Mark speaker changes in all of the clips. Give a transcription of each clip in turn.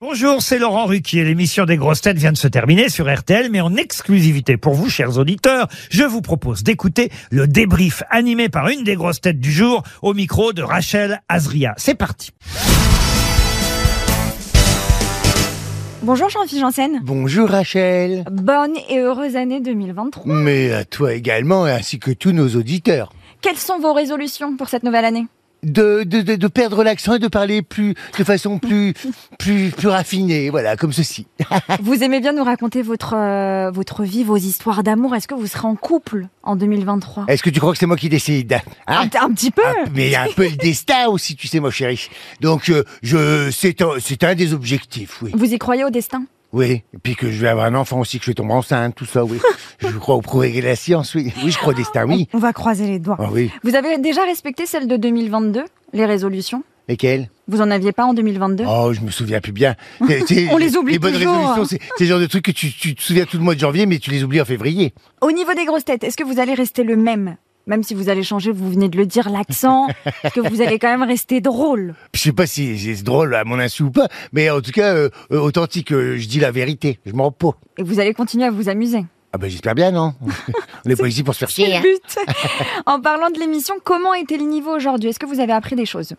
Speaker 1: Bonjour, c'est Laurent Ruquier. L'émission des grosses têtes vient de se terminer sur RTL, mais en exclusivité pour vous, chers auditeurs, je vous propose d'écouter le débrief animé par une des grosses têtes du jour au micro de Rachel Azria. C'est parti.
Speaker 2: Bonjour Jean-Philippe Janssen.
Speaker 3: Bonjour Rachel.
Speaker 2: Bonne et heureuse année 2023.
Speaker 3: Mais à toi également, ainsi que tous nos auditeurs.
Speaker 2: Quelles sont vos résolutions pour cette nouvelle année
Speaker 3: De, de, de, de perdre l'accent et de parler plus, de façon plus, plus, plus raffinée, voilà, comme ceci.
Speaker 2: Vous aimez bien nous raconter votre, euh, votre vie, vos histoires d'amour. Est-ce que vous serez en couple en 2023
Speaker 3: Est-ce que tu crois que c'est moi qui décide
Speaker 2: un,
Speaker 3: Hein
Speaker 2: p- un petit peu
Speaker 3: Eh, Ah, Mais il y a un peu le destin aussi, tu sais, mon chéri. Donc, euh, je, c'est un, c'est un des objectifs, oui.
Speaker 2: Vous y croyez au destin
Speaker 3: Oui. Et puis que je vais avoir un enfant aussi, que je vais tomber enceinte, tout ça, oui. je crois au progrès de la science, oui. Oui, je crois au destin, oui.
Speaker 2: On va croiser les doigts.
Speaker 3: Ah oui.
Speaker 2: Vous avez déjà respecté celle de 2022, les résolutions
Speaker 3: Lesquels
Speaker 2: Vous en aviez pas en 2022
Speaker 3: Oh, je me souviens plus bien. C'est- c'est-
Speaker 2: On les oublie
Speaker 3: Les bonnes
Speaker 2: toujours.
Speaker 3: résolutions, c'est c'est le genre de trucs que tu, tu te souviens tout le mois de janvier, mais tu les oublies en février.
Speaker 2: Au niveau des grosses têtes, est-ce que vous allez rester le même Même si vous allez changer, vous venez de le dire, l'accent, est-ce que vous allez quand même rester drôle
Speaker 3: Je sais pas si c'est drôle à mon insu ou pas, mais en tout cas, euh, euh, authentique, euh, je dis la vérité, je m'en pose.
Speaker 2: Et vous allez continuer à vous amuser
Speaker 3: Ah ben j'espère bien, non On n'est pas ici pour se faire chier.
Speaker 2: le but. en parlant de l'émission, comment était le niveau aujourd'hui Est-ce que vous avez appris des choses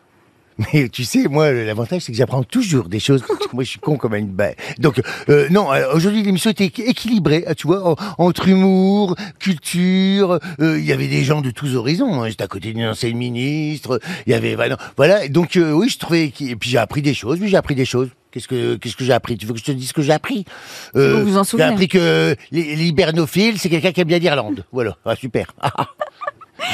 Speaker 3: Mais tu sais, moi, l'avantage, c'est que j'apprends toujours des choses. parce que moi, je suis con comme une bête. Donc, euh, non, euh, aujourd'hui, l'émission était équ- équilibrée, euh, tu vois, en- entre humour, culture. euh, Il y avait des gens de tous horizons. hein. J'étais à côté d'une ancienne ministre. Il y avait... Voilà, voilà. donc euh, oui, je trouvais... qu'il- Et puis, j'ai appris des choses. Oui, j'ai appris des choses. Qu'est-ce que qu'est-ce que j'ai appris Tu veux que je te dise ce que j'ai appris Euh,
Speaker 2: vous vous en
Speaker 3: J'ai
Speaker 2: souvenez.
Speaker 3: appris que l'hi- l'hibernophile, c'est quelqu'un qui aime bien l'Irlande. Voilà, ah, super.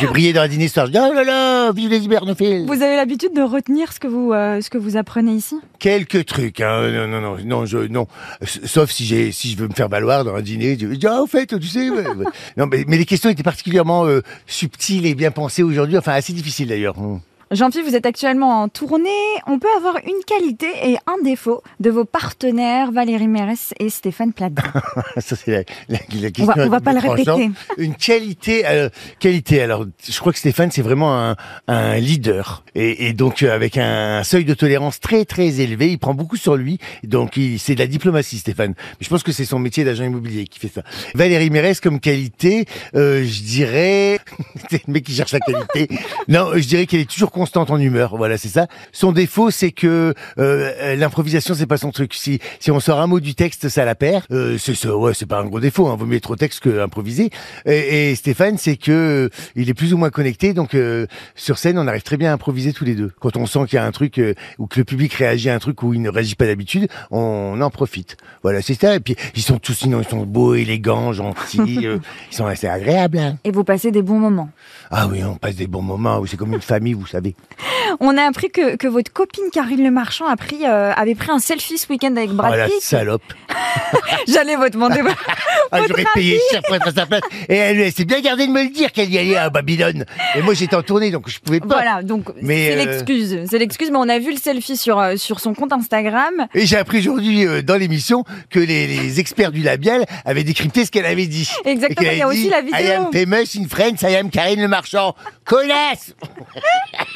Speaker 3: j'ai brillé dans la dîner soir. Je dis, oh là là, vive les hibernophiles
Speaker 2: Vous avez l'habitude de retenir ce que vous, euh, ce que vous apprenez ici
Speaker 3: quelques trucs. Hein. Non, non, non, non, je, non. S- Sauf si j'ai, si je veux me faire valoir dans un dîner, je dis ah, au fait, tu sais. ouais, ouais. non, mais, mais les questions étaient particulièrement euh, subtiles et bien pensées aujourd'hui. Enfin, assez difficiles d'ailleurs. Mm.
Speaker 2: Jean-Philippe, vous êtes actuellement en tournée. On peut avoir une qualité et un défaut de vos partenaires Valérie Mérès et Stéphane Plaza.
Speaker 3: Ah, Ça c'est la, la- la
Speaker 2: On
Speaker 3: question.
Speaker 2: va, on
Speaker 3: à
Speaker 2: va pas le
Speaker 3: double tranchant.
Speaker 2: répéter.
Speaker 3: Une qualité, euh, qualité. Alors, je crois que Stéphane, c'est vraiment un, un leader, et, et donc euh, avec un seuil de tolérance très très élevé, il prend beaucoup sur lui. Donc, il- c'est de la diplomatie, Stéphane. Mais je pense que c'est son métier d'agent immobilier qui fait ça. Valérie Mérès, comme qualité, euh, je dirais, c'est le mec qui cherche la qualité. Non, je dirais qu'elle est toujours constante en humeur. Voilà, c'est ça. Son défaut, c'est que euh, euh, l'improvisation, c'est pas son truc. Si si on sort un mot du texte, ça la perd. Euh, c'est ça, ouais, c'est pas un gros défaut. Hein. Vaut mieux trop texte que improviser. Et, et Stéphane, c'est que euh, il est plus ou moins connecté. Donc euh, sur scène, on arrive très bien à improviser tous les deux. Quand on sent qu'il y a un truc euh, ou que le public réagit à un truc où il ne réagit pas d'habitude, on en profite. Voilà, c'est ça. Et puis ils sont tous, sinon ils sont beaux, élégants, gentils. euh, ils sont assez agréables. hein.
Speaker 2: Et vous passez des bons moments.
Speaker 3: Ah oui, on passe des bons moments. C'est comme une famille, vous savez.
Speaker 2: On a appris que, que votre copine Karine Le Marchand a pris, euh, avait pris un selfie ce week-end avec
Speaker 3: Ah
Speaker 2: Brad
Speaker 3: la
Speaker 2: Pitt.
Speaker 3: salope.
Speaker 2: J'allais vous demander.
Speaker 3: Ah, j'aurais payé cher pour être à sa place. Et elle, elle s'est bien gardée de me le dire qu'elle y allait à Babylone. Et moi, j'étais en tournée, donc je pouvais pas.
Speaker 2: voilà, donc
Speaker 3: Mais,
Speaker 2: c'est
Speaker 3: euh,
Speaker 2: l'excuse. C'est l'excuse, mais on a vu le selfie sur, euh, sur son compte Instagram.
Speaker 3: Et j'ai appris aujourd'hui euh, dans l'émission que les, les experts du labial avaient décrypté ce qu'elle avait dit. Et
Speaker 2: Exactement,
Speaker 3: qu'elle
Speaker 2: il y a
Speaker 3: avait
Speaker 2: aussi
Speaker 3: dit,
Speaker 2: la
Speaker 3: I am
Speaker 2: vidéo.
Speaker 3: famous in France, I am Karine le Marchand. Connasse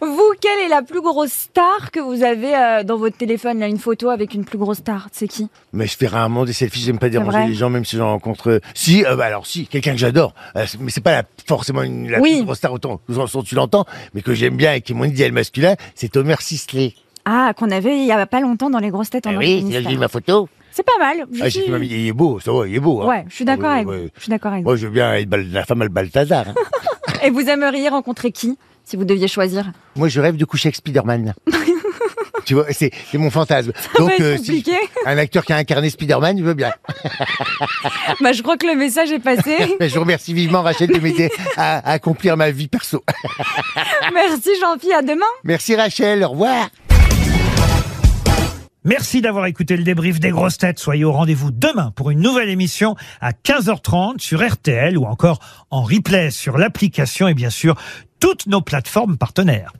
Speaker 2: Vous, quelle est la plus grosse star que vous avez euh, dans votre téléphone là, Une photo avec une plus grosse star, c'est qui
Speaker 3: Mais je fais rarement des selfies, j'aime pas
Speaker 2: vrai
Speaker 3: déranger les gens, même si j'en rencontre. euh, Si, euh, bah alors si, quelqu'un que j'adore, euh, c'est- mais c'est pas la- forcément une, la
Speaker 2: Oui.
Speaker 3: plus grosse star autant, autant tu l'entends, mais que j'aime bien et qui est mon idéal masculin, c'est Homer Sisley.
Speaker 2: Ah, qu'on avait il y a pas longtemps dans les grosses têtes en
Speaker 3: Ah oui, c'est là
Speaker 2: Afghanistan.
Speaker 3: que j'ai eu ma photo.
Speaker 2: C'est pas mal. Je
Speaker 3: Ah,
Speaker 2: suis-
Speaker 3: j'ai fait ma vie, il est beau, ça va, il est beau. hein.
Speaker 2: Ouais, je suis d'accord
Speaker 3: Ah oui,
Speaker 2: avec
Speaker 3: ouais.
Speaker 2: vous. Je suis d'accord avec vous.
Speaker 3: Moi, je veux bien être Bal- la femme à le Balthazar. hein.
Speaker 2: Et vous aimeriez rencontrer qui si vous deviez choisir
Speaker 3: Moi, je rêve de coucher avec Spider-Man. tu vois, c'est c'est mon fantasme. Donc,
Speaker 2: va être
Speaker 3: euh, si-
Speaker 2: compliqué.
Speaker 3: un acteur qui a incarné Spider-Man, je veux bien.
Speaker 2: bah, je crois que le message est passé.
Speaker 3: Mais Ben, je vous remercie vivement, Rachel, de m'aider à, à accomplir ma vie perso.
Speaker 2: Merci Jean-Pierre, à demain.
Speaker 3: Merci, Rachel. Au revoir.
Speaker 1: Merci d'avoir écouté le débrief des grosses têtes. Soyez au rendez-vous demain pour une nouvelle émission à 15h30 sur RTL ou encore en replay sur l'application et bien sûr toutes nos plateformes partenaires.